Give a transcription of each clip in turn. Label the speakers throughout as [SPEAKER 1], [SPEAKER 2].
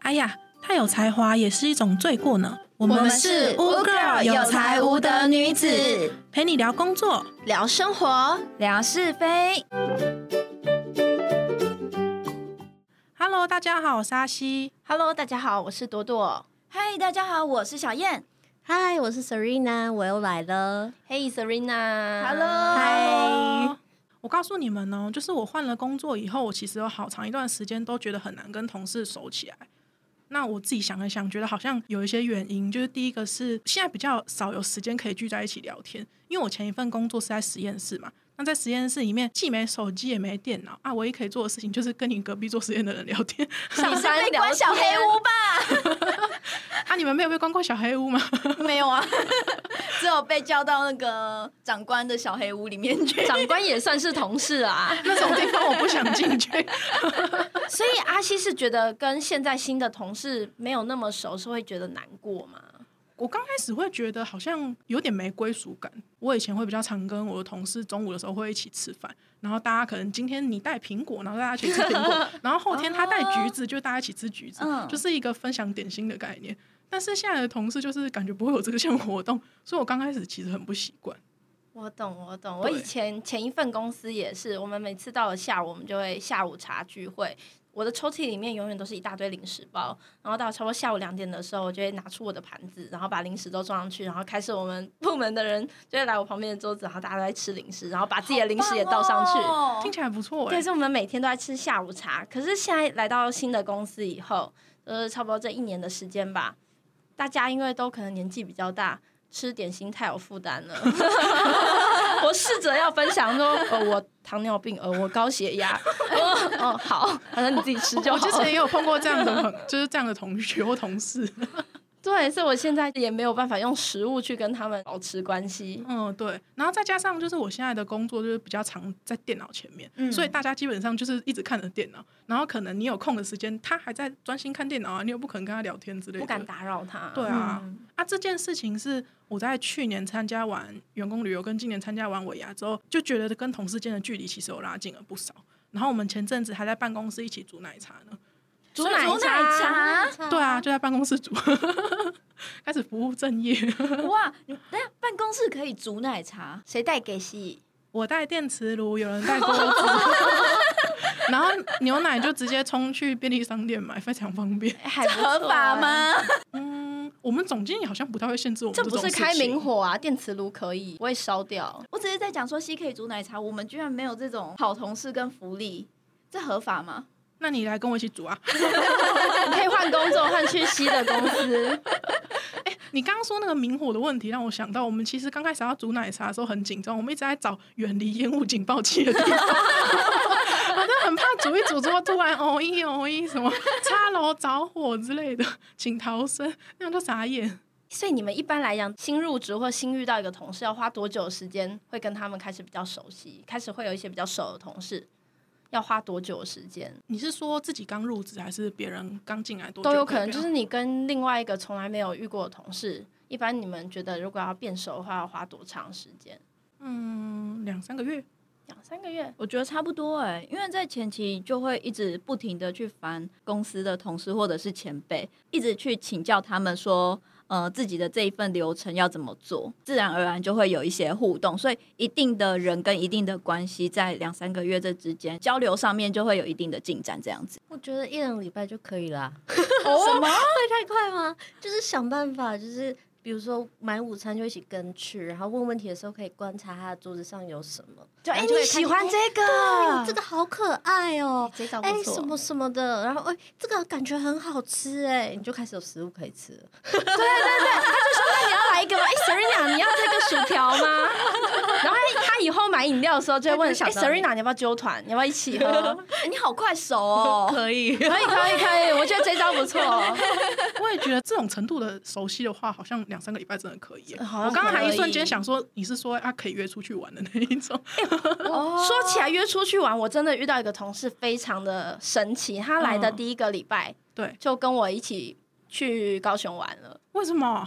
[SPEAKER 1] 哎太有才华也是一种罪过呢。我
[SPEAKER 2] 我们是 Wu Girl，有才无德女子，
[SPEAKER 1] 陪你聊工作。
[SPEAKER 2] 聊生活，
[SPEAKER 3] 聊是非。
[SPEAKER 1] Hello，大家好，我是阿西。
[SPEAKER 2] Hello，大家好，我是朵朵。
[SPEAKER 3] 嗨，大家好，我是小燕。
[SPEAKER 4] 嗨，我是 Serena，我又来了。
[SPEAKER 2] Hey Serena。
[SPEAKER 4] 嗨，
[SPEAKER 1] 我告诉你们哦，就是我换了工作以后，我其实有好长一段时间都觉得很难跟同事熟起来。那我自己想了想，觉得好像有一些原因，就是第一个是现在比较少有时间可以聚在一起聊天，因为我前一份工作是在实验室嘛。那在实验室里面，既没手机也没电脑啊，唯一可以做的事情就是跟你隔壁做实验的人聊天。
[SPEAKER 2] 上
[SPEAKER 3] 你是
[SPEAKER 2] 山
[SPEAKER 3] 被
[SPEAKER 2] 聊
[SPEAKER 3] 关小黑屋吧？
[SPEAKER 1] 啊，你们没有被关过小黑屋吗？
[SPEAKER 3] 没有啊，只有被叫到那个长官的小黑屋里面去。
[SPEAKER 2] 长官也算是同事 啊，
[SPEAKER 1] 那种地方我不想进去。
[SPEAKER 2] 所以阿西是觉得跟现在新的同事没有那么熟，是会觉得难过吗？
[SPEAKER 1] 我刚开始会觉得好像有点没归属感。我以前会比较常跟我的同事中午的时候会一起吃饭，然后大家可能今天你带苹果，然后大家一起吃苹 果，然后后天他带橘
[SPEAKER 2] 哦
[SPEAKER 1] 子，就大家一起吃橘子，
[SPEAKER 3] 嗯
[SPEAKER 1] 就是一个分享点心的概念。但是现在的同事就是感觉不会有这个项活动，所以我刚开始其实很不习惯。
[SPEAKER 2] 我懂，我懂。我
[SPEAKER 1] 对
[SPEAKER 2] 以前前一份公司也是，我们每次到了下午，我们就会下午茶聚会。我的抽屉里面永远都是一大堆零食包，然后到差不多下午两点的时候，我就会拿出我的盘子，然后把零食都装上去，然后开始我们部门的人就会来我旁边的桌子，然后大家都在吃零食，然后把自己的零食也倒上去。
[SPEAKER 3] 哦
[SPEAKER 1] 听起来不错哎、
[SPEAKER 2] 对，所以我们每天都在吃下午茶。可是现在来到新的公司以后，呃，差不多这一年的时间吧，大家因为都可能年纪比较大，吃点心太有负担了。 我试着要分享说，呃，我糖尿病，呃，我高血压， 哦，哦好，反正你自己吃就
[SPEAKER 1] 我
[SPEAKER 2] 好
[SPEAKER 1] 之。前也有碰过这样 的朋，就是这样的同学或同事。
[SPEAKER 2] 对，所以我现在也没有办法用食物去跟他们保持关系。
[SPEAKER 1] 嗯，对，然后再加上就是我现在的工作就是比较常在电脑前面，
[SPEAKER 3] 嗯
[SPEAKER 1] 所以大家基本上就是一直看着电脑，然后可能你有空的时间，他还在专心看电脑啊，你又不可能跟他聊天之类的。
[SPEAKER 2] 不敢打扰他。
[SPEAKER 1] 对啊，
[SPEAKER 3] 嗯
[SPEAKER 1] 啊，这件事情是我在去年参加完员工旅游，跟今年参加完尾牙之后，就觉得跟同事间的距离其实有拉近了不少。然后我们前阵子还在办公室一起煮奶茶呢，
[SPEAKER 2] 煮
[SPEAKER 3] 煮
[SPEAKER 2] 奶
[SPEAKER 3] 奶
[SPEAKER 2] 茶，
[SPEAKER 3] 茶，
[SPEAKER 1] 对啊，就在办公室煮， 开始不务正业。
[SPEAKER 3] 哇！你等一下办公室可以煮奶茶，谁带给西？
[SPEAKER 1] 我带电磁炉，有人带锅 子，然后牛奶就直接冲去便利商店买，非常方便。
[SPEAKER 2] 还不
[SPEAKER 3] 合
[SPEAKER 2] 错
[SPEAKER 3] 法
[SPEAKER 2] 欸？
[SPEAKER 3] 吗？
[SPEAKER 1] 嗯，我们总经理好像不太会限制我们
[SPEAKER 2] 这
[SPEAKER 1] 种
[SPEAKER 2] 不
[SPEAKER 1] 事
[SPEAKER 2] 是
[SPEAKER 1] 情。
[SPEAKER 2] 开明火啊，电磁炉可以，我会烧掉。
[SPEAKER 3] 我只是在讲说西可以煮奶茶，我们居然没有这种好同事跟福利，这合法吗？
[SPEAKER 1] 那你来跟我一起煮啊！
[SPEAKER 2] 你可以换工作，换去西的公司。
[SPEAKER 1] 你刚刚说那个明火的问题，让我想到我们其实刚开始要煮奶茶的时候很紧张，我们一直在找远离烟雾警报器的地方，我都很怕煮一煮之后突然哦一哦一什么插楼着火之类的，请逃生，那样就傻眼。
[SPEAKER 2] 所以你们一般来讲，新入职或新遇到一个同事，要花多久的时间会跟他们开始比较熟悉，开始会有一些比较熟的同事，要花多久的时间？
[SPEAKER 1] 你是说自己刚入职，还是别人刚进来多久
[SPEAKER 2] 都有可能，
[SPEAKER 1] 以
[SPEAKER 2] 就是你跟另外一个从来没有遇过的同事，一般你们觉得如果要变熟的话，要花多长时间？
[SPEAKER 1] 嗯两三个月。
[SPEAKER 2] 两三个月。
[SPEAKER 4] 我觉得差不多哎、因为在前期就会一直不停的去烦公司的同事或者是前辈，一直去请教他们说，呃，自己的这一份流程要怎么做，自然而然就会有一些互动，所以一定的人跟一定的关系在两三个月这之间交流上面就会有一定的进展，这样子。
[SPEAKER 5] 我觉得一两个礼拜就可 以啦、
[SPEAKER 4] 哦
[SPEAKER 3] 什么？
[SPEAKER 5] 会太快吗？就是想办法，就是比如说买午餐就一起跟去，然后问问题的时候可以观察他的桌子上有什么，
[SPEAKER 2] 就哎、
[SPEAKER 5] 然后就
[SPEAKER 2] 你
[SPEAKER 5] 会看
[SPEAKER 2] 喜欢
[SPEAKER 5] 哎
[SPEAKER 2] 这
[SPEAKER 5] 哎
[SPEAKER 2] 个？
[SPEAKER 5] 这个好可爱哦、
[SPEAKER 2] 这招不
[SPEAKER 5] 哎、
[SPEAKER 2] 错
[SPEAKER 5] 什么什么的，然后哎、这个感觉很好吃哎、你就开始有食物可以吃了。
[SPEAKER 2] 你要来一个吗？哎、s e r e n a 你要这个薯条吗？ 然后他以后买饮料的时候就会问，哎、
[SPEAKER 3] 想
[SPEAKER 2] s
[SPEAKER 3] 到
[SPEAKER 2] e r e n a 你要不要揪团？你要不要一起 喝？
[SPEAKER 3] 哎你好快手 哦！
[SPEAKER 4] 可 以，
[SPEAKER 2] 可以，可以，可以，我觉得这招不错。
[SPEAKER 1] 我也觉得这种程度的熟悉的话，好像两三个礼拜真的可以耶。
[SPEAKER 2] 呃好像
[SPEAKER 1] 我刚刚还一瞬
[SPEAKER 2] 可
[SPEAKER 1] 间
[SPEAKER 2] 以
[SPEAKER 1] 想说，你是说啊可以约出去玩的那一种？
[SPEAKER 3] 哦
[SPEAKER 2] 说起来约出去玩，我真的遇到一个同事，非常的神奇。他来的
[SPEAKER 1] 嗯
[SPEAKER 2] 第一个礼拜
[SPEAKER 1] 对，
[SPEAKER 2] 就跟我一起去高雄玩了，
[SPEAKER 1] 为什么？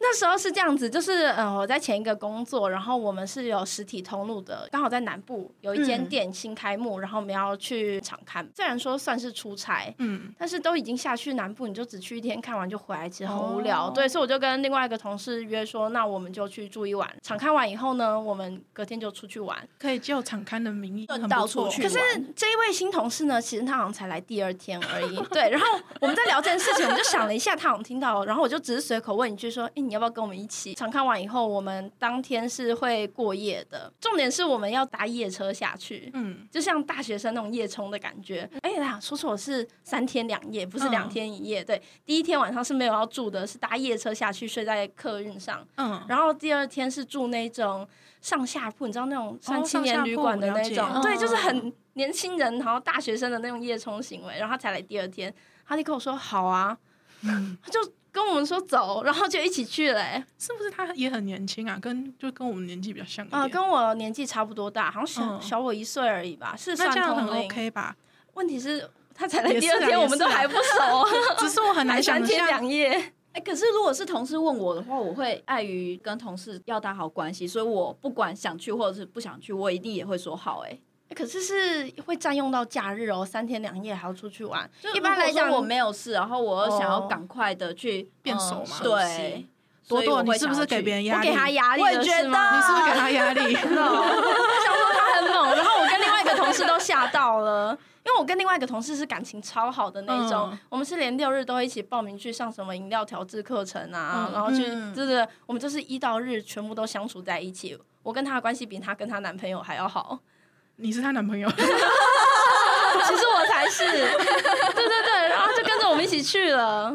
[SPEAKER 2] 那时候是这样子，就是呃，我在前一个工作，然后我们是有实体通路的，刚好在南部有一间
[SPEAKER 1] 嗯
[SPEAKER 2] 店新开幕，然后我们要去场看。虽然说算是出差，
[SPEAKER 1] 嗯，
[SPEAKER 2] 但是都已经下去南部，你就只去一天看完就回来，其实很无聊。
[SPEAKER 1] 哦
[SPEAKER 2] 对，所以我就跟另外一个同事约说，那我们就去住一晚，场看完以后呢，我们隔天就出去玩。
[SPEAKER 1] 可以借由场刊的名义，很
[SPEAKER 3] 道
[SPEAKER 1] 不错
[SPEAKER 3] 出去
[SPEAKER 2] 可是这一位新同事呢，其实他好像才来第二天而已。对，然后我们在聊这件事情，我们就想了一下，他好像听到，然后我就只是随口问一句说：“哎、你要不要跟我们一起？”场看完以后，我们当天是会过夜的，重点是我们要搭夜车下去。
[SPEAKER 1] 嗯，
[SPEAKER 2] 就像大学生那种夜冲的感觉。哎呀，说错是三天两夜，不是
[SPEAKER 1] 嗯
[SPEAKER 2] 两天一夜。对，第一天晚上是没有要住的，是搭夜车下去睡在客运上，
[SPEAKER 1] 嗯，
[SPEAKER 2] 然后第二天是住那种上下铺，你知道那种
[SPEAKER 1] 哦
[SPEAKER 2] 像青年旅馆的那种，
[SPEAKER 1] 哦上下铺了解
[SPEAKER 2] 对，就是很年轻人，然后大学生的那种夜冲行为。然后他才来第二天，他就跟我说好 啊，他就。跟我们说走，然后就一起去了、欸。
[SPEAKER 1] 是不是他也很年轻啊？跟就跟我们年纪比较像一
[SPEAKER 2] 啊、
[SPEAKER 1] 点，
[SPEAKER 2] 跟我年纪差不多大，好像小、
[SPEAKER 1] 嗯
[SPEAKER 2] 小我一岁而已吧，是算
[SPEAKER 1] 那这样很
[SPEAKER 2] 同龄。
[SPEAKER 1] OK 吧？
[SPEAKER 2] 问题是，他才来
[SPEAKER 1] 也是
[SPEAKER 2] 第
[SPEAKER 1] 啊
[SPEAKER 2] 二天，
[SPEAKER 1] 也
[SPEAKER 2] 我
[SPEAKER 1] 是
[SPEAKER 2] 们都
[SPEAKER 1] 啊
[SPEAKER 2] 还不熟，
[SPEAKER 1] 只是 我很
[SPEAKER 2] 还
[SPEAKER 1] 难想
[SPEAKER 2] 三天
[SPEAKER 1] 象，
[SPEAKER 2] 两夜。
[SPEAKER 4] 哎、可是如果是同事问我的话，我会碍于跟同事要打好关系，所以我不管想去或者是不想去，我一定也会说好、哎，
[SPEAKER 2] 可是是会占用到假日哦，三天两夜还要出去玩。
[SPEAKER 4] 就
[SPEAKER 2] 一般来
[SPEAKER 4] 如
[SPEAKER 2] 讲
[SPEAKER 4] 果说，我没有事，然后我又想要
[SPEAKER 2] 哦
[SPEAKER 4] 赶快的去
[SPEAKER 1] 变
[SPEAKER 4] 嗯
[SPEAKER 1] 熟嘛
[SPEAKER 4] 对，
[SPEAKER 1] 朵
[SPEAKER 4] 所以我
[SPEAKER 1] 朵，
[SPEAKER 4] 会
[SPEAKER 1] 你是不
[SPEAKER 4] 想
[SPEAKER 1] 是
[SPEAKER 4] 要
[SPEAKER 1] 给
[SPEAKER 4] 去
[SPEAKER 1] 别人
[SPEAKER 2] 我
[SPEAKER 1] 压力？
[SPEAKER 2] 给他压力
[SPEAKER 4] 我也
[SPEAKER 2] 了，
[SPEAKER 4] 觉
[SPEAKER 2] 是吗？
[SPEAKER 1] 你是不是给他压力？
[SPEAKER 2] 他很猛，然后我跟另外一个同事都吓到 了，因为我跟另外一个同事是感情超好的那一种，
[SPEAKER 1] 嗯
[SPEAKER 2] 我们是连六日都会一起报名去上什么饮料调制课程啊，
[SPEAKER 1] 嗯
[SPEAKER 2] 然后去
[SPEAKER 3] 嗯
[SPEAKER 2] 就是我们就是一到日全部都相处在一起。我跟她的关系比她跟她男朋友还要好，
[SPEAKER 1] 你是她男朋友？
[SPEAKER 2] 其实我才是， 对对对，然后就跟着我们一起去了。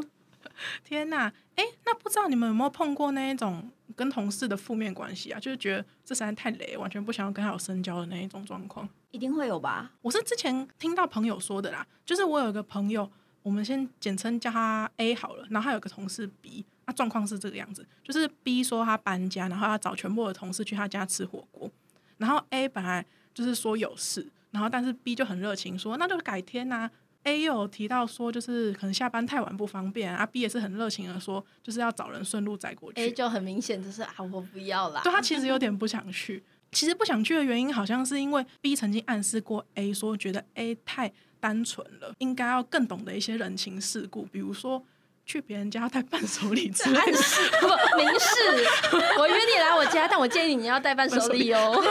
[SPEAKER 1] 天呐，哎、那不知道你们有没有碰过那一种跟同事的负面关系啊？就是觉得这实在太雷，完全不想要跟他有深交的那一种状况。
[SPEAKER 4] 一定会有吧？
[SPEAKER 1] 我是之前听到朋友说的啦，就是我有一个朋友，我们先简称叫他 A 好了，然后他有个同事 B，那状况是这个样子，就是 B 说他搬家，然后要找全部的同事去他家吃火锅，然后 A 本来就是说有事，然后但是 B 就很热情说那就改天呐、A 又有提到说，就是可能下班太晚不方便啊。B 也是很热情的说，就是要找人顺路载过去。
[SPEAKER 2] A 哎就很明显就是啊，我不要啦。
[SPEAKER 1] 对他其实有点不想去。其实不想去的原因，好像是因为 B 曾经暗示过 A 说，觉得 A 太单纯了，应该要更懂得一些人情世故，比如说去别人家带伴手礼之类
[SPEAKER 2] 暗
[SPEAKER 1] 的。
[SPEAKER 2] 示不明示，我约你来我家，但我建议你要带伴手礼哦。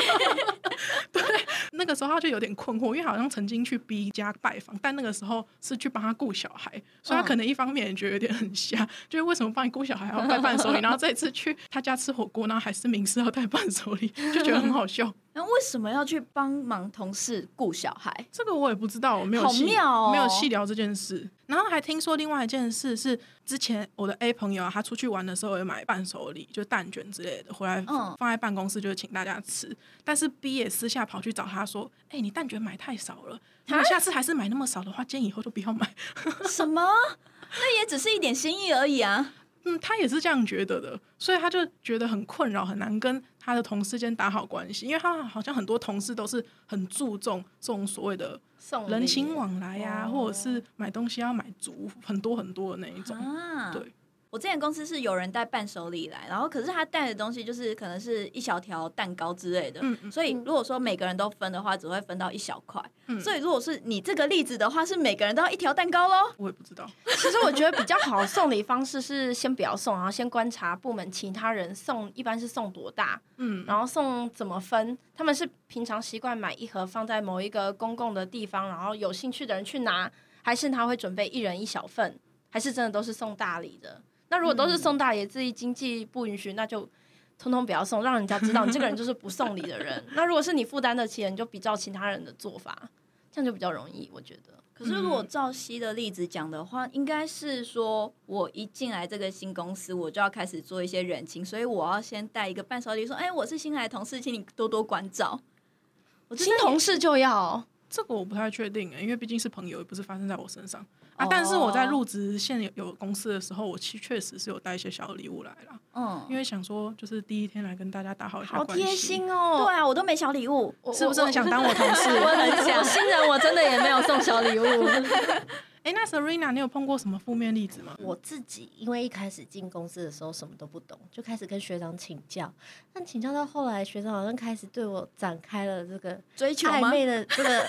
[SPEAKER 1] 那个时候他就有点困惑，因为好像曾经去 B 家拜访，但那个时候是去帮他顾小孩，所以他可能一方面也觉得有点很瞎，就是为什么帮你顾小孩还要带伴手礼，然后这一次去他家吃火锅，然后还是明示要带伴手礼，就觉得很好笑。
[SPEAKER 4] 那为什么要去帮忙同事顾小孩？
[SPEAKER 1] 这个我也不知道，我没有
[SPEAKER 4] 好
[SPEAKER 1] 细
[SPEAKER 4] 妙哦
[SPEAKER 1] 没有细聊这件事。然后还听说另外一件事是，之前我的 A 朋友、啊、他出去玩的时候也买伴手礼，就蛋卷之类的，回来
[SPEAKER 4] 嗯
[SPEAKER 1] 放在办公室就是请大家吃。但是 B 也私下跑去找他说：“哎、你蛋卷买太少
[SPEAKER 4] 啊
[SPEAKER 1] 了，你下次还是买那么少的话，建议以后就不要买。
[SPEAKER 4] 什么？那也只是一点心意而已啊！”
[SPEAKER 1] 嗯，他也是这样觉得的，所以他就觉得很困扰，很难跟他的同事间打好关系，因为他好像很多同事都是很注重这种所谓的
[SPEAKER 2] 送礼
[SPEAKER 1] 人情往来呀、
[SPEAKER 2] 哦
[SPEAKER 1] 或者是买东西要买足很多很多的那一种。
[SPEAKER 4] 啊，
[SPEAKER 1] 对。
[SPEAKER 4] 我之前公司是有人带伴手礼来，然后可是他带的东西就是可能是一小条蛋糕之类的，
[SPEAKER 1] 嗯嗯
[SPEAKER 4] 所以如果说每个人都分的话，只会分到一小块。
[SPEAKER 1] 嗯
[SPEAKER 4] 所以如果是你这个例子的话，是每个人都要一条蛋糕喽。
[SPEAKER 1] 我也不知道，
[SPEAKER 2] 其实我觉得比较好的送礼方式是先不要送，然后先观察部门其他人送，一般是送多大，
[SPEAKER 1] 嗯，
[SPEAKER 2] 然后送怎么分。他们是平常习惯买一盒放在某一个公共的地方，然后有兴趣的人去拿，还是他会准备一人一小份，还是真的都是送大礼的？那如果都是送大礼，自己经济不允许，那就。通通不要送，让人家知道你这个人就是不送礼的人。那如果是你负担得起的，你就比照其他人的做法，这样就比较容易，我觉得。
[SPEAKER 4] 可是如
[SPEAKER 2] 嗯
[SPEAKER 4] 果照西的例子讲的话，应该是说我一进来这个新公司，我就要开始做一些人情，所以我要先带一个伴手礼，说：“哎、我是新来的同事，请你多多关照。”我觉得
[SPEAKER 2] 新同事就要
[SPEAKER 1] 这个我不太确定、欸，因为毕竟是朋友，也不是发生在我身上啊。但是我在入职现有有公司的时候，我其确实是有带一些小礼物来啦，
[SPEAKER 2] 哦
[SPEAKER 4] 嗯，
[SPEAKER 1] 因为想说就是第一天来跟大家哦打好一下
[SPEAKER 2] 好
[SPEAKER 1] 关系，
[SPEAKER 2] 贴心哦！
[SPEAKER 4] 对啊，我都没小礼物，
[SPEAKER 2] 我
[SPEAKER 1] 是不是很想当我同事？
[SPEAKER 2] 我很想新人，我真的也没有送小礼物。
[SPEAKER 1] 哎，那 Serena，你有碰过什么负面例子
[SPEAKER 2] 嗯
[SPEAKER 1] 吗？
[SPEAKER 5] 我自己因为一开始进公司的时候什么都不懂，就开始跟学长请教。但请教到后来，学长好像开始对我展开了这个
[SPEAKER 3] 追求
[SPEAKER 5] 暧
[SPEAKER 3] 吗？
[SPEAKER 5] 昧的这 个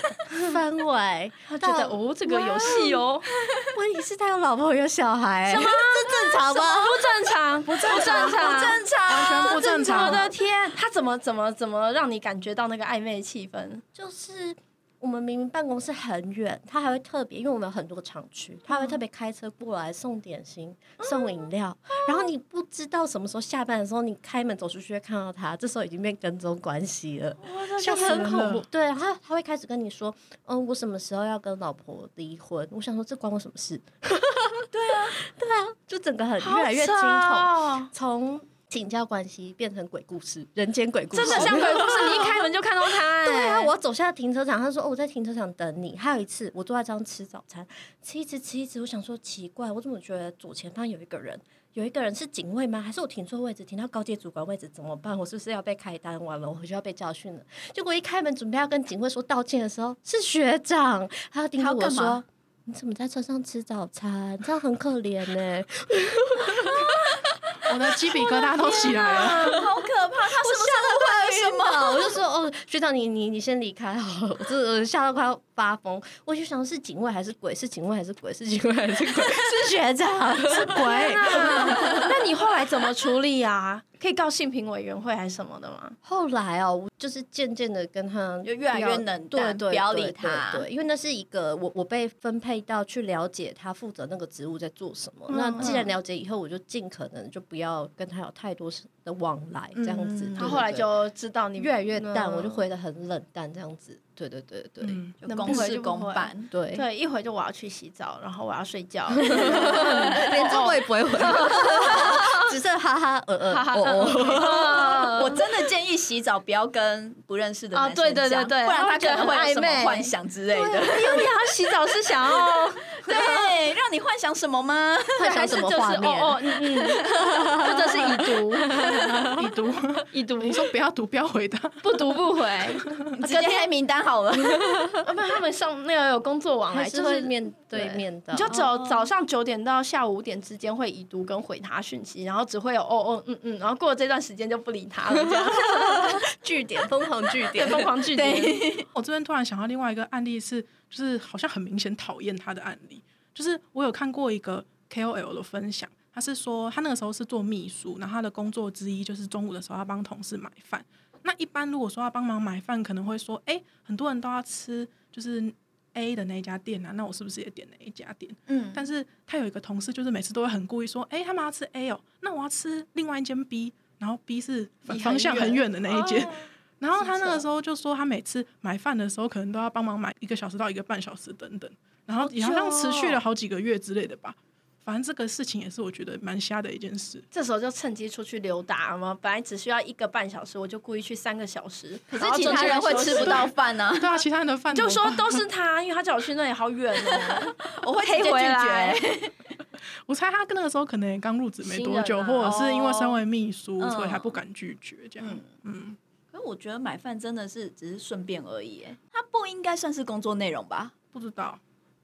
[SPEAKER 5] 范围。
[SPEAKER 2] 他觉得
[SPEAKER 5] 到
[SPEAKER 2] 哦，这个有戏哦，
[SPEAKER 5] 问题是他有老婆有小孩、这正常吗？
[SPEAKER 2] 不正 常，不正常，不正
[SPEAKER 1] 完全不正
[SPEAKER 2] 常。我
[SPEAKER 1] 常。
[SPEAKER 2] 的天，他怎么怎么怎么让你感觉到那个暧昧气氛？
[SPEAKER 5] 就是我们明明办公室很远，他还会特别，因为我们有很多厂区，他还
[SPEAKER 2] 嗯
[SPEAKER 5] 会特别开车过来送点心、送饮料。然后你不知道什么时候下班的时候，你开门走出去会看到他，这时候已经变跟踪关系了。
[SPEAKER 1] 吓死人了！
[SPEAKER 5] 对，然后他会开始跟你说，嗯，我什么时候要跟老婆离婚？我想说这关我什么 事？对 啊，对啊，就整个很越来越惊恐，
[SPEAKER 2] 哦，
[SPEAKER 5] 从请教关系变成鬼故事，人间鬼故事，
[SPEAKER 2] 真的像鬼故事，你一开门就看到 他、哎
[SPEAKER 5] 对啊，我走下停车场，他说：“哦，我在停车场等你。”还有一次，我坐在车上吃早餐，吃一吃吃一吃，我想说奇怪，我怎么觉得左前方有一个人？有一个人是警卫吗？还是我停错位置，停到高阶主管位置怎么办？我是不是要被开单？完了，我回去要被教训了。结果一开门准备要跟警卫说道歉的时候，是学长，他要盯着我
[SPEAKER 3] 他要干
[SPEAKER 5] 说。你怎么在车上吃早餐？这样很可怜呢、
[SPEAKER 1] 我的鸡皮疙瘩都起来
[SPEAKER 4] 嗯
[SPEAKER 1] 了。
[SPEAKER 3] 好可怕！他是
[SPEAKER 5] 为什么？我就说哦，学长你你你先离开好了，我真的吓到快要发疯。我就想是警卫还是鬼？是警卫还是鬼？是警卫还是鬼？ 是学长是鬼？
[SPEAKER 2] 啊哎那你后来怎么处理啊？可以告性平委员会还是什么的吗？
[SPEAKER 5] 后来哦，我就是渐渐的跟他
[SPEAKER 3] 就越来越冷淡
[SPEAKER 5] 对对对
[SPEAKER 3] 不要理
[SPEAKER 5] 对
[SPEAKER 3] 他
[SPEAKER 5] 对，因为那是一个我我被分配到去了解他负责那个职务在做什么。那既然了解以后，我就尽可能就不要跟他有太多的往来，这样子。
[SPEAKER 1] 嗯
[SPEAKER 5] 对
[SPEAKER 2] 他后来。
[SPEAKER 5] 对对
[SPEAKER 2] 就知道你
[SPEAKER 5] 越来越淡，我就
[SPEAKER 2] 嗯
[SPEAKER 5] 回的很冷淡，这样子。对对对对
[SPEAKER 1] 嗯，
[SPEAKER 3] 什么？
[SPEAKER 2] 能
[SPEAKER 3] 公
[SPEAKER 2] 不回
[SPEAKER 3] 事
[SPEAKER 2] 就不
[SPEAKER 3] 公
[SPEAKER 2] 回
[SPEAKER 3] 办，
[SPEAKER 5] 对，
[SPEAKER 2] 嗯对，一回就我要去洗澡，然后我要睡 觉。
[SPEAKER 1] 嗯
[SPEAKER 5] 连这我也不会回， 只剩哈哈呃呃
[SPEAKER 2] 哈哈
[SPEAKER 5] 哦 哦，
[SPEAKER 2] 我
[SPEAKER 3] 我真的建议洗澡不要跟不认识的
[SPEAKER 2] 啊
[SPEAKER 3] 男生讲
[SPEAKER 2] 对对对对
[SPEAKER 3] 不然
[SPEAKER 2] 他
[SPEAKER 3] 他
[SPEAKER 2] 会觉
[SPEAKER 3] 可
[SPEAKER 2] 得
[SPEAKER 3] 能会有什
[SPEAKER 2] 很暧昧啊
[SPEAKER 3] 么幻想之类的。
[SPEAKER 2] 因为他洗澡是想要，
[SPEAKER 3] 对，让你幻想什么吗？
[SPEAKER 5] 幻想什么画面？
[SPEAKER 2] 哦哦，嗯 嗯，或者是 已读，
[SPEAKER 1] 已读，
[SPEAKER 2] 已读
[SPEAKER 1] 你说不要读，不要回答。
[SPEAKER 2] 不读不回。
[SPEAKER 3] 你 直接黑名单好了。
[SPEAKER 2] 啊不然他们上那个有工作往来，
[SPEAKER 5] 还
[SPEAKER 2] 就是是
[SPEAKER 5] 会面对面的，
[SPEAKER 2] 你
[SPEAKER 3] 哦
[SPEAKER 2] 就只有早上九点到下午五点之间会已读跟回他讯息，然后只会有哦哦嗯嗯，然后过了这段时间就不理他了，这样
[SPEAKER 5] 据点疯狂据
[SPEAKER 2] 对
[SPEAKER 5] 点，
[SPEAKER 2] 疯狂拒绝。
[SPEAKER 1] 我这边突然想到另外一个案例是，就是好像很明显讨厌他的案例，就是我有看过一个 KOL 的分享，他是说他那个时候是做秘书，然后他的工作之一就是中午的时候要帮同事买饭。那一般如果说要帮忙买饭，可能会说，哎、很多人都要吃，就是 A 的那一家店啊，那我是不是也点那一家店？
[SPEAKER 3] 嗯，
[SPEAKER 1] 但是他有一个同事，就是每次都会很故意说：“哎、他们要吃 A 哦，那我要吃另外一间 B，然后 B 是反
[SPEAKER 2] 离很
[SPEAKER 1] 方向很
[SPEAKER 2] 远
[SPEAKER 1] 远的那一间。
[SPEAKER 2] 哦
[SPEAKER 1] 然后他那个时候就说，他每次买饭的时候，可能都要帮忙买一个小时到一个半小时等等，然后也好像持
[SPEAKER 2] 哦
[SPEAKER 1] 续了好几个月之类的吧。反正这个事情也是我觉得蛮瞎的一件事。
[SPEAKER 2] 这时候就趁机出去溜达嘛，本来只需要一个半小时，我就故意去三个小时，可
[SPEAKER 3] 可是其他人会吃不到饭呢，
[SPEAKER 1] 对啊，其他人的饭
[SPEAKER 2] 就
[SPEAKER 1] 怎么办
[SPEAKER 2] 说都是他，因为他叫我去那里好远哦，
[SPEAKER 3] 我会直接拒
[SPEAKER 2] 黑回来
[SPEAKER 3] 绝。
[SPEAKER 1] 我猜他那个时候可能也刚入职没多久，
[SPEAKER 2] 新人
[SPEAKER 1] 或
[SPEAKER 2] 啊
[SPEAKER 1] 者是因为身为秘书，
[SPEAKER 3] 嗯
[SPEAKER 1] 所以还不敢拒绝这样。
[SPEAKER 3] 嗯
[SPEAKER 1] 嗯，
[SPEAKER 3] 可是我觉得买饭真的是只是顺便而已，哎，它不应该算是工作内容吧？
[SPEAKER 1] 不知道。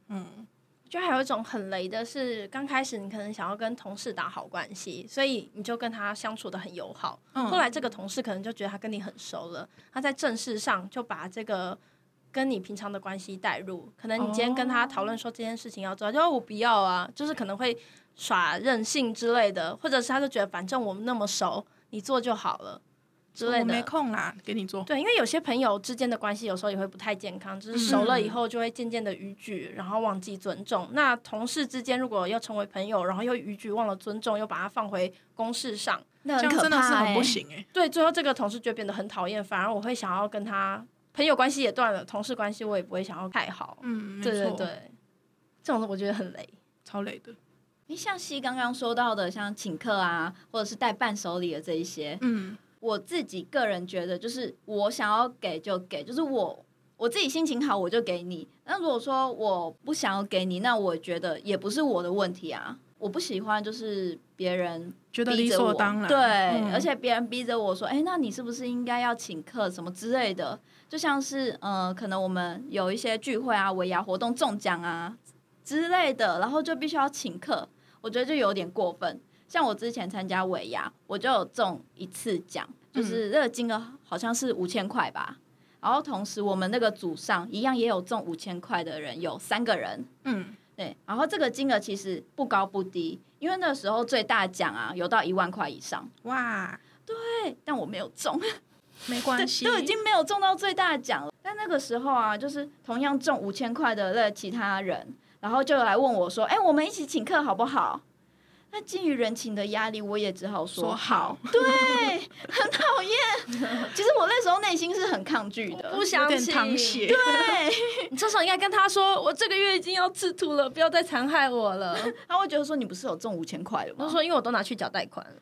[SPEAKER 1] 嗯，
[SPEAKER 2] 就还有一种很雷的是，刚开始你可能想要跟同事打好关系，所以你就跟他相处的很友好。
[SPEAKER 1] 嗯
[SPEAKER 2] 后来这个同事可能就觉得他跟你很熟了，他在正事上就把这个跟你平常的关系带入。可能你今天跟他讨
[SPEAKER 1] 哦
[SPEAKER 2] 论说这件事情要做，他就说我不要啊，就是可能会耍任性之类的，或者是他就觉得反正我们那么熟，你做就好了之类
[SPEAKER 1] 哦我没
[SPEAKER 2] 的。
[SPEAKER 1] 空啦，给你做。
[SPEAKER 2] 对，因为有些朋友之间的关系有时候也会不太健康，就是熟了以后就会渐渐的逾矩，然后忘记尊重。那同事之间如果又成为朋友，然后又逾矩，忘了尊重，又把它放回公事上，
[SPEAKER 3] 那
[SPEAKER 1] 这
[SPEAKER 3] 很
[SPEAKER 1] 样
[SPEAKER 3] 可
[SPEAKER 1] 真的是
[SPEAKER 3] 怕
[SPEAKER 1] 很
[SPEAKER 3] 哎
[SPEAKER 2] 欸
[SPEAKER 1] 不。行哎、
[SPEAKER 2] 对，最后这个同事就会变得很讨厌，反而我会想要跟他朋友关系也断了，同事关系我也不会想要太好。
[SPEAKER 1] 嗯，没
[SPEAKER 2] 对对
[SPEAKER 1] 错，
[SPEAKER 2] 对，这种我觉得很累。
[SPEAKER 1] 超累的。
[SPEAKER 4] 诶像西刚刚说到的，像请客啊，或者是带伴手礼的这一些，
[SPEAKER 1] 嗯，
[SPEAKER 4] 我自己个人觉得，就是我想要给就给，就是我我自己心情好我就给你。那如果说我不想要给你，那我觉得也不是我的问题啊。我不喜欢就是别人
[SPEAKER 1] 觉得
[SPEAKER 4] 逼
[SPEAKER 1] 理
[SPEAKER 4] 着我，
[SPEAKER 1] 所当然。
[SPEAKER 4] 对，
[SPEAKER 1] 嗯
[SPEAKER 4] 而且别人逼着我说，哎、那你是不是应该要请客什么之类的？就像是呃，可能我们有一些聚会啊、尾牙活动中奖啊之类的，然后就必须要请客，我觉得就有点过分。像我之前参加尾牙，我就有中一次奖，就是那个金额好像是五千块吧。然后同时我们那个组上一样也有中五千块的人，有三个人，
[SPEAKER 1] 嗯，
[SPEAKER 4] 对，然后这个金额其实不高不低，因为那时候最大奖啊有到一万块以上，
[SPEAKER 1] 哇，
[SPEAKER 4] 对，但我没有中，
[SPEAKER 1] 没关 系，
[SPEAKER 4] 都已经没有中到最大奖了。但那个时候啊，就是同样中五千块的那其他人，然后就来问我说：“哎、我们一起请客好不好？”那基于人情的压力，我也只好
[SPEAKER 1] 说
[SPEAKER 4] 说
[SPEAKER 1] 好，
[SPEAKER 4] 对，很讨厌。其实我那时候内心是很抗拒 的，
[SPEAKER 2] 不
[SPEAKER 1] 有
[SPEAKER 2] 相
[SPEAKER 1] 点
[SPEAKER 2] 信，
[SPEAKER 1] 淌 血，
[SPEAKER 2] 你至少应该跟他说，我这个月已经要吃土了，不要再残害我了。
[SPEAKER 4] 他会觉得说你不是有中五千块了
[SPEAKER 2] 我
[SPEAKER 4] 吗
[SPEAKER 2] 就？说，因为我都拿去缴贷款了。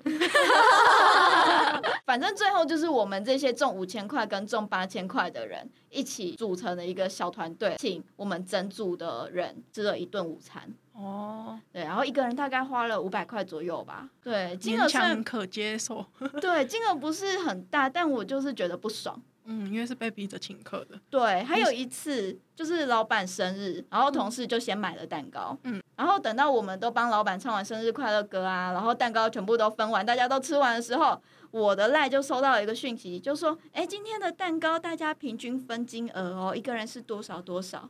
[SPEAKER 4] 反正最后就是我们这些中五千块跟中八千块的人一起组成的一个小团队，请我们整组的人吃了一顿午餐。
[SPEAKER 1] 哦，
[SPEAKER 4] 对，然后一个人大概花了五百块左右吧。对，金额
[SPEAKER 1] 勉
[SPEAKER 4] 虽然
[SPEAKER 1] 强可接受，
[SPEAKER 4] 对金额不是很大，但我就是觉得不爽。
[SPEAKER 1] 嗯，因为是被逼着请客的，
[SPEAKER 4] 对，还有一次就是老板生日，然后同事就先买了蛋糕，
[SPEAKER 1] 嗯，
[SPEAKER 4] 然后等到我们都帮老板唱完生日快乐歌啊，然后蛋糕全部都分完，大家都吃完的时候，我的赖就收到一个讯息，就说，哎，今天的蛋糕大家平均分金额哦，一个人是多少多少。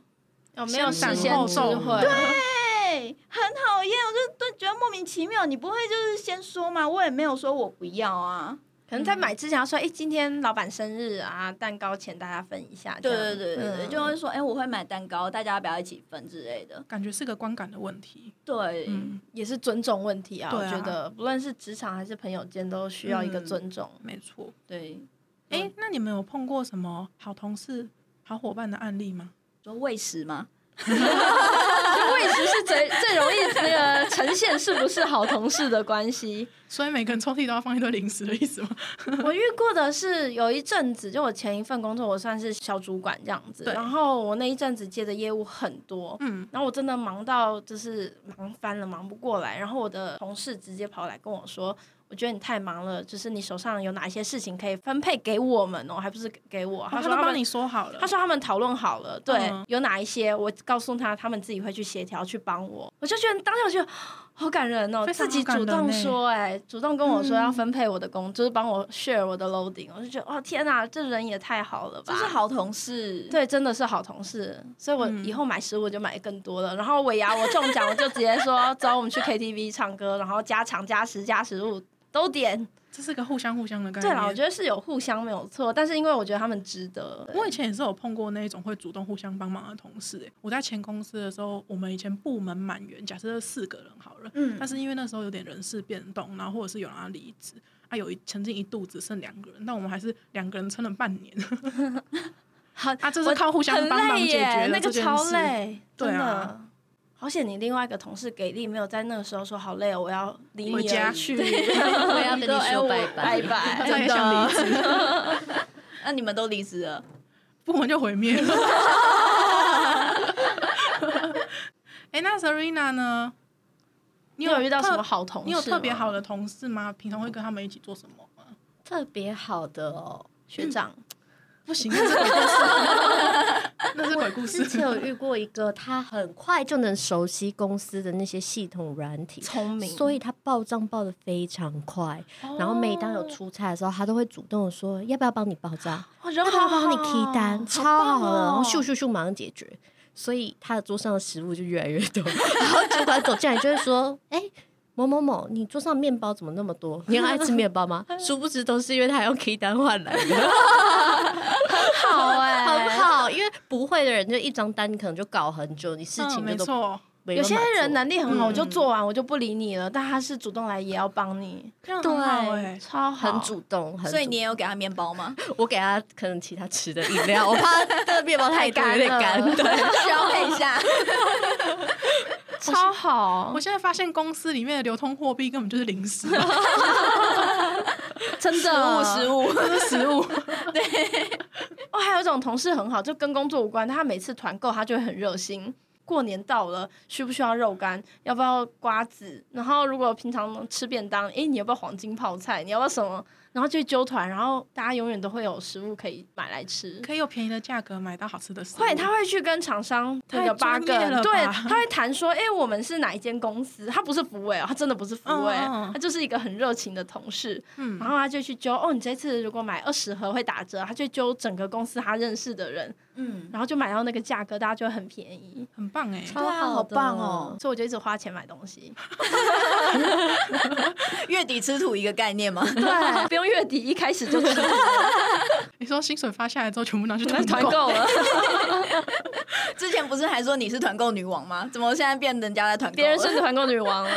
[SPEAKER 2] 有哦没有
[SPEAKER 1] 先
[SPEAKER 2] 事
[SPEAKER 1] 斩
[SPEAKER 2] 先
[SPEAKER 1] 后
[SPEAKER 2] 智
[SPEAKER 1] 奏
[SPEAKER 2] 慧？
[SPEAKER 4] 对，很讨厌，我就都觉得莫名其妙。你不会就是先说嘛？我也没有说我不要啊。
[SPEAKER 2] 可能在买之前要说，哎、今天老板生日啊，蛋糕钱大家分一下。
[SPEAKER 4] 对
[SPEAKER 2] 这样
[SPEAKER 4] 对对对对，
[SPEAKER 2] 嗯
[SPEAKER 4] 就会说，哎、我会买蛋糕，大家要不要一起分之类的。
[SPEAKER 1] 感觉是个观感的问题，
[SPEAKER 4] 对，
[SPEAKER 1] 嗯，
[SPEAKER 2] 也是尊重问题啊。
[SPEAKER 1] 对
[SPEAKER 2] 我
[SPEAKER 1] 啊
[SPEAKER 2] 觉得不论是职场还是朋友间，都需要一个
[SPEAKER 4] 嗯
[SPEAKER 2] 尊重。
[SPEAKER 1] 没错。
[SPEAKER 4] 对，
[SPEAKER 1] 哎、那你们有碰过什么好同事、好伙伴的案例吗？
[SPEAKER 4] 说喂食吗？
[SPEAKER 2] 就喂食是最最容易那个呈现是不是好同事的关系。
[SPEAKER 1] 所以每个人抽屉都要放一堆零食的意思吗？
[SPEAKER 2] 嗯我遇过的是有一阵子，就我前一份工作，我算是小主管这样子，
[SPEAKER 1] 对
[SPEAKER 2] 然后我那一阵子接的业务很多，
[SPEAKER 1] 嗯，
[SPEAKER 2] 然后我真的忙到就是忙翻了，忙不过来。然后我的同事直接跑来跟我说：“我觉得你太忙了，就是你手上有哪一些事情可以分配给我们哦，还不是给我？”
[SPEAKER 1] 他
[SPEAKER 2] 说
[SPEAKER 1] 都
[SPEAKER 2] 哦他
[SPEAKER 1] 帮
[SPEAKER 2] 们
[SPEAKER 1] 你。说好了，
[SPEAKER 2] 他说他们讨论好了，对，
[SPEAKER 1] 嗯
[SPEAKER 2] 有哪一些我告诉他，他们自己会去协调去帮我。我就觉得当时我觉得好感人哦，
[SPEAKER 1] 非常
[SPEAKER 2] 自己
[SPEAKER 1] 好感
[SPEAKER 2] 主
[SPEAKER 1] 人
[SPEAKER 2] 动
[SPEAKER 1] 欸嗯
[SPEAKER 2] 说、哎，主动跟我说要分配我的工，就是帮我 share 我的 loading，我就觉得哦天哪，这人也太好了吧，
[SPEAKER 4] 就是好同事。，
[SPEAKER 2] 对，真的是好同事，所以我
[SPEAKER 1] 嗯
[SPEAKER 2] 以后买食物就买更多了。然后尾牙我中奖，我就直接说走，我们去 KTV 唱歌，然后加场加时加食物都点。
[SPEAKER 1] 这是个互相互相的概
[SPEAKER 2] 对
[SPEAKER 1] 念。
[SPEAKER 2] 啦，我觉
[SPEAKER 1] 得
[SPEAKER 2] 得是有互相没有错，但是因为我觉得他们值得。
[SPEAKER 1] 我以前也是有碰过那一种会主动互相帮忙的同事、欸。我在前公司的时候，我们以前部门满员，假设是四个人好了，
[SPEAKER 4] 嗯
[SPEAKER 1] 但是因为那时候有点人事变动，然后或者是有人要离职，啊，有一曾经一度只剩两个人，但我们还是两个人撑了半年。
[SPEAKER 2] 好
[SPEAKER 1] 啊，这
[SPEAKER 2] 我
[SPEAKER 1] 是靠互相
[SPEAKER 2] 很
[SPEAKER 1] 帮忙
[SPEAKER 2] 累
[SPEAKER 1] 解决了
[SPEAKER 2] 耶，那
[SPEAKER 1] 这
[SPEAKER 2] 个
[SPEAKER 1] 件
[SPEAKER 2] 超
[SPEAKER 1] 事
[SPEAKER 2] 累，
[SPEAKER 1] 对
[SPEAKER 2] 真的
[SPEAKER 1] 啊。
[SPEAKER 2] 好险你另外一个同事给力，没有在那个时候说好累哦，我要离
[SPEAKER 1] 回
[SPEAKER 2] 你
[SPEAKER 1] 家
[SPEAKER 2] 而去。
[SPEAKER 4] 我也要跟你
[SPEAKER 2] 哎
[SPEAKER 4] 说
[SPEAKER 2] 我
[SPEAKER 4] 拜拜
[SPEAKER 2] 拜拜，
[SPEAKER 1] 他也想离职，
[SPEAKER 4] 那你们都离职了？
[SPEAKER 1] 部门就毁灭 了。哎、那 Serena 呢？
[SPEAKER 2] 你有遇到什么
[SPEAKER 1] 特？
[SPEAKER 2] 好同事吗？
[SPEAKER 1] 你有特 别好的同事吗？平常会跟他们一起做什么吗？
[SPEAKER 5] 特别好的哦。
[SPEAKER 2] 学长？
[SPEAKER 1] 不行，那是鬼故事， 那是鬼故
[SPEAKER 5] 之前
[SPEAKER 1] 事。
[SPEAKER 5] 有遇过一个，他很快就能熟悉公司的那些系统软体，
[SPEAKER 2] 聪明，
[SPEAKER 5] 所以他报账报的非常快。然后每
[SPEAKER 2] 哦
[SPEAKER 5] 当有出差的时候，他都会主动地说要不要帮你报账，
[SPEAKER 2] 哇
[SPEAKER 5] 要
[SPEAKER 2] 哦人
[SPEAKER 5] 不要
[SPEAKER 2] 好
[SPEAKER 5] 帮你
[SPEAKER 2] 好
[SPEAKER 5] key 单，超
[SPEAKER 2] 棒
[SPEAKER 5] 哦好的，然后
[SPEAKER 2] 哦
[SPEAKER 5] 咻咻咻马上解决。所以他的桌上的食物就越来越多， 然后主管走进来就会说：“哎、某某某，你桌上面包怎么那么多？你很爱吃面包 吗？”殊不知都是因为他用 key 单换来的。
[SPEAKER 2] 好哎、
[SPEAKER 5] 好不欸好？因为不会的人就一张单，你可能就搞很久，你事
[SPEAKER 1] 嗯
[SPEAKER 5] 情
[SPEAKER 1] 没
[SPEAKER 5] 就都
[SPEAKER 1] 错，
[SPEAKER 5] 没
[SPEAKER 2] 有
[SPEAKER 5] 办法
[SPEAKER 2] 些
[SPEAKER 5] 做
[SPEAKER 2] 人能力很好，
[SPEAKER 1] 嗯
[SPEAKER 2] 我就做完，我就不理你了。但他是主动来，也要帮你，
[SPEAKER 1] 这样很好
[SPEAKER 5] 欸
[SPEAKER 1] 哎、
[SPEAKER 2] 超好，
[SPEAKER 5] 很主动，很主
[SPEAKER 4] 所以你也有给他面包吗？
[SPEAKER 5] 我给他可能其他吃的饮料，我怕他的面包太多有点 干。
[SPEAKER 2] 太
[SPEAKER 5] 对，
[SPEAKER 4] 需要配一下。
[SPEAKER 2] 超好
[SPEAKER 1] 我，现在发现公司里面的流通货币根本就是零食，啊
[SPEAKER 2] 真的
[SPEAKER 4] 食物， 食物。
[SPEAKER 1] 都是食物。
[SPEAKER 2] 哦，还有一种同事很好，就跟工作无关，但他每次团购他就会很热心。过年到了，需不需要肉干？要不要瓜子？然后如果平常吃便当，诶，你要不要黄金泡菜？你要不要什么？然后就揪团，然后大家永远都会有食物可以买来吃。
[SPEAKER 1] 可以有便宜的价格买到好吃的食物。
[SPEAKER 2] 会，他会去跟厂商那
[SPEAKER 1] 太
[SPEAKER 2] 个八
[SPEAKER 1] 专业
[SPEAKER 2] 个，
[SPEAKER 1] 了
[SPEAKER 2] 对，
[SPEAKER 1] 吧
[SPEAKER 2] 他会谈说，哎、我们是哪一间公司？他不是福伟哦，他真的不是福伟，
[SPEAKER 1] 嗯嗯嗯
[SPEAKER 2] 他就是一个很热情的同事。
[SPEAKER 1] 嗯
[SPEAKER 2] 然后他就去揪，哦，你这次如果买二十盒会打折，他就揪整个公司他认识的人，
[SPEAKER 3] 嗯，
[SPEAKER 2] 然后就买到那个价格，大家就会很便宜。
[SPEAKER 1] 很棒哎、
[SPEAKER 5] 超
[SPEAKER 3] 对啊好
[SPEAKER 5] 的
[SPEAKER 3] 棒哦！
[SPEAKER 2] 所以我就一直花钱买东西，
[SPEAKER 3] 月底吃土一个概念嘛。
[SPEAKER 2] 对，不用月底一开始就吃，
[SPEAKER 1] 你说薪水发下来之后，全部拿去团
[SPEAKER 2] 团
[SPEAKER 1] 购，
[SPEAKER 2] 购了，
[SPEAKER 3] 之前不是还说你是团购女王吗？怎么现在变人家在团购了？
[SPEAKER 2] 别人甚至团购女王 了。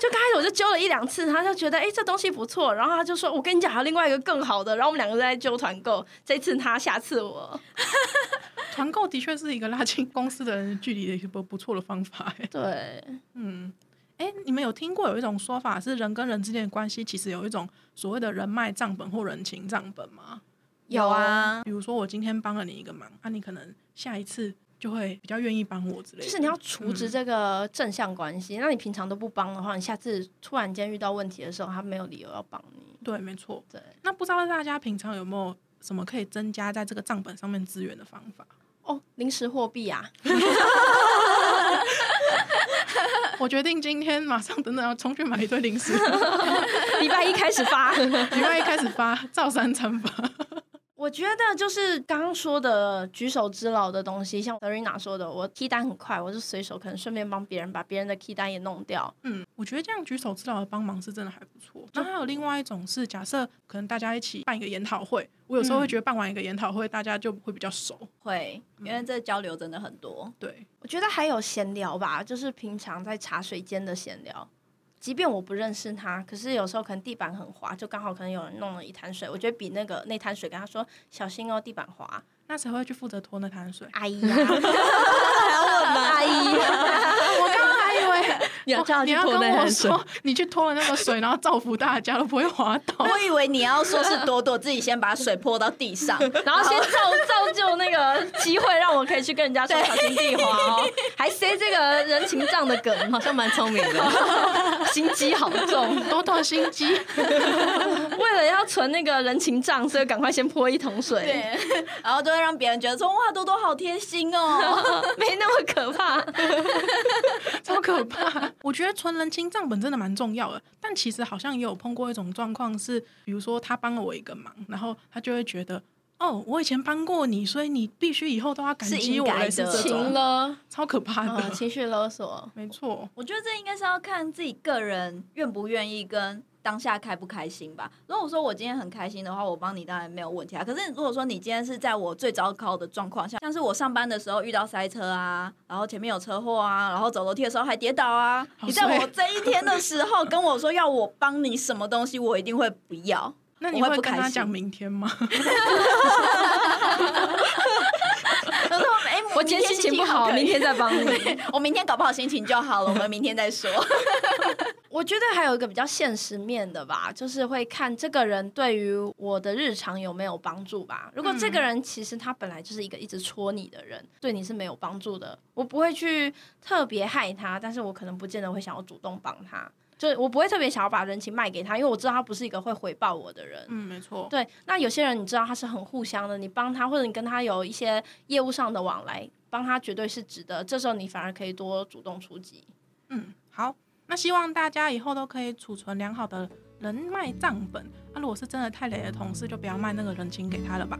[SPEAKER 2] 就刚开始我就揪了一两次，他就觉得哎、诶这东西不错，然后他就说我跟你讲还有另外一个更好的，然后我们两个在揪团购，这次他下次我，
[SPEAKER 1] 团购的确是一个拉近公司的人距离的一个不错的方法哎、
[SPEAKER 2] 对，
[SPEAKER 1] 嗯，哎、你们有听过有一种说法是人跟人之间的关系其实有一种所谓的人脉账本或人情账本吗？
[SPEAKER 3] 有啊，
[SPEAKER 1] 比如说我今天帮了你一个忙，啊那、你可能下一次就会比较愿意帮我之类的。
[SPEAKER 2] 就是你要处置这个正向关系，那你平常都不帮的话，你下次突然间遇到问题的时候，他没有理由要帮你，
[SPEAKER 1] 对，没错。
[SPEAKER 2] 对。
[SPEAKER 1] 那不知道大家平常有没有什么可以增加在这个账本上面资源的方 法？
[SPEAKER 2] 哦，临时货币 啊，
[SPEAKER 1] 我决定今天马上等等要冲去买一堆零食，
[SPEAKER 2] 礼拜一开始发。
[SPEAKER 1] 礼拜一开始发，照三餐发。
[SPEAKER 2] 我觉得就是刚刚说的举手之劳的东西，像德瑞娜说的，我 key 单很快，我就随手可能顺便帮别人把别人的 key 单也弄掉。
[SPEAKER 1] 嗯，我觉得这样举手之劳的帮忙是真的还不错。那还有另外一种是，假设可能大家一起办一个研讨会，我有时候
[SPEAKER 2] 嗯
[SPEAKER 1] 会觉得办完一个研讨会，大家就会比较熟。
[SPEAKER 4] 会，因为这交流真的很多。
[SPEAKER 1] 对，
[SPEAKER 2] 我觉得还有闲聊吧，就是平常在茶水间的闲聊。即便我不认识他，可是有时候可能地板很滑，就刚好可能有人弄了一滩水，我觉得比那个那滩水跟他说小心哦，地板滑。
[SPEAKER 1] 那谁会去负责拖那滩水？
[SPEAKER 2] 哎呀，
[SPEAKER 5] 哎
[SPEAKER 2] 阿姨， 我刚刚还以为
[SPEAKER 4] 你
[SPEAKER 1] 哦你要跟我说，你去拖了那个水，然后造福大家都不会滑倒。
[SPEAKER 3] 我以为你要说是朵朵自己先把水泼到地上，
[SPEAKER 2] 然后先造造就那个机会，让我可以去跟人家说小心地滑哦，还塞这个人情账的梗，
[SPEAKER 5] 好像蛮聪明的，
[SPEAKER 2] 心机好重。
[SPEAKER 1] 多多心机，
[SPEAKER 2] 为了要存那个人情账，所以赶快先泼一桶水，
[SPEAKER 3] 对，然后就会让别人觉得说哇，朵朵好贴心哦。
[SPEAKER 2] 没那么可怕。
[SPEAKER 1] 超可怕！ 我觉得存人情账本真的蛮重要的，但其实好像也有碰过一种状况是，比如说他帮了我一个忙，然后他就会觉得，哦，我以前帮过你，所以你必须以后都要感
[SPEAKER 3] 是
[SPEAKER 1] 激
[SPEAKER 3] 应
[SPEAKER 1] 我，
[SPEAKER 3] 该
[SPEAKER 1] 类似
[SPEAKER 3] 的
[SPEAKER 1] 这
[SPEAKER 2] 情
[SPEAKER 1] 种，
[SPEAKER 2] 勒，
[SPEAKER 1] 超可怕的。
[SPEAKER 2] 嗯，情绪勒索，
[SPEAKER 1] 没错，
[SPEAKER 4] 我觉得这应该是要看自己个人愿不愿意跟当下开不开心吧。如果说我今天很开心的话，我帮你当然没有问题啊。可是如果说你今天是在我最糟糕的状况下，像是我上班的时候遇到塞车啊，然后前面有车祸啊，然后走楼梯的时候还跌倒啊，
[SPEAKER 1] 好
[SPEAKER 4] 你在
[SPEAKER 1] 衰
[SPEAKER 4] 我这一天的时候跟我说要我帮你什么东西，我一定会不要。
[SPEAKER 1] 那你
[SPEAKER 4] 我会
[SPEAKER 1] 会
[SPEAKER 4] 不
[SPEAKER 1] 跟
[SPEAKER 4] 开
[SPEAKER 1] 他
[SPEAKER 4] 心
[SPEAKER 1] 讲明天吗？
[SPEAKER 3] 他说哎，
[SPEAKER 2] 我今天心情不好，
[SPEAKER 3] 可以
[SPEAKER 2] 明天再帮你。
[SPEAKER 3] 我明天搞不好心情就好了，我们明天再说。
[SPEAKER 2] 我觉得还有一个比较现实面的吧，就是会看这个人对于我的日常有没有帮助吧。如果这个人其实他本来就是一个一直戳你的人，对你是没有帮助的，我不会去特别害他，但是我可能不见得会想要主动帮他，就是我不会特别想要把人情卖给他，因为我知道他不是一个会回报我的人。
[SPEAKER 1] 嗯，没错。
[SPEAKER 2] 对，那有些人你知道他是很互相的，你帮他或者你跟他有一些业务上的往来，帮他绝对是值得。这时候你反而可以多主动出击。
[SPEAKER 1] 嗯，好，那希望大家以后都可以储存良好的人脉账本。那、如果是真的太累的同事，就不要卖那个人情给他了吧。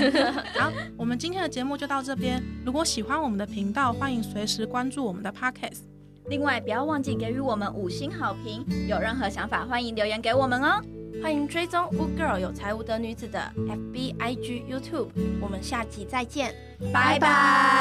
[SPEAKER 1] 好，我们今天的节目就到这边。如果喜欢我们的频道，欢迎随时关注我们的 Podcast。
[SPEAKER 4] 另外，不要忘记给予我们五星好评，有任何想法欢迎留言给我们哦。
[SPEAKER 2] 欢迎追踪 Wood Girl 有才无德女子的 FB、IG、YouTube。我们下期再见，拜拜。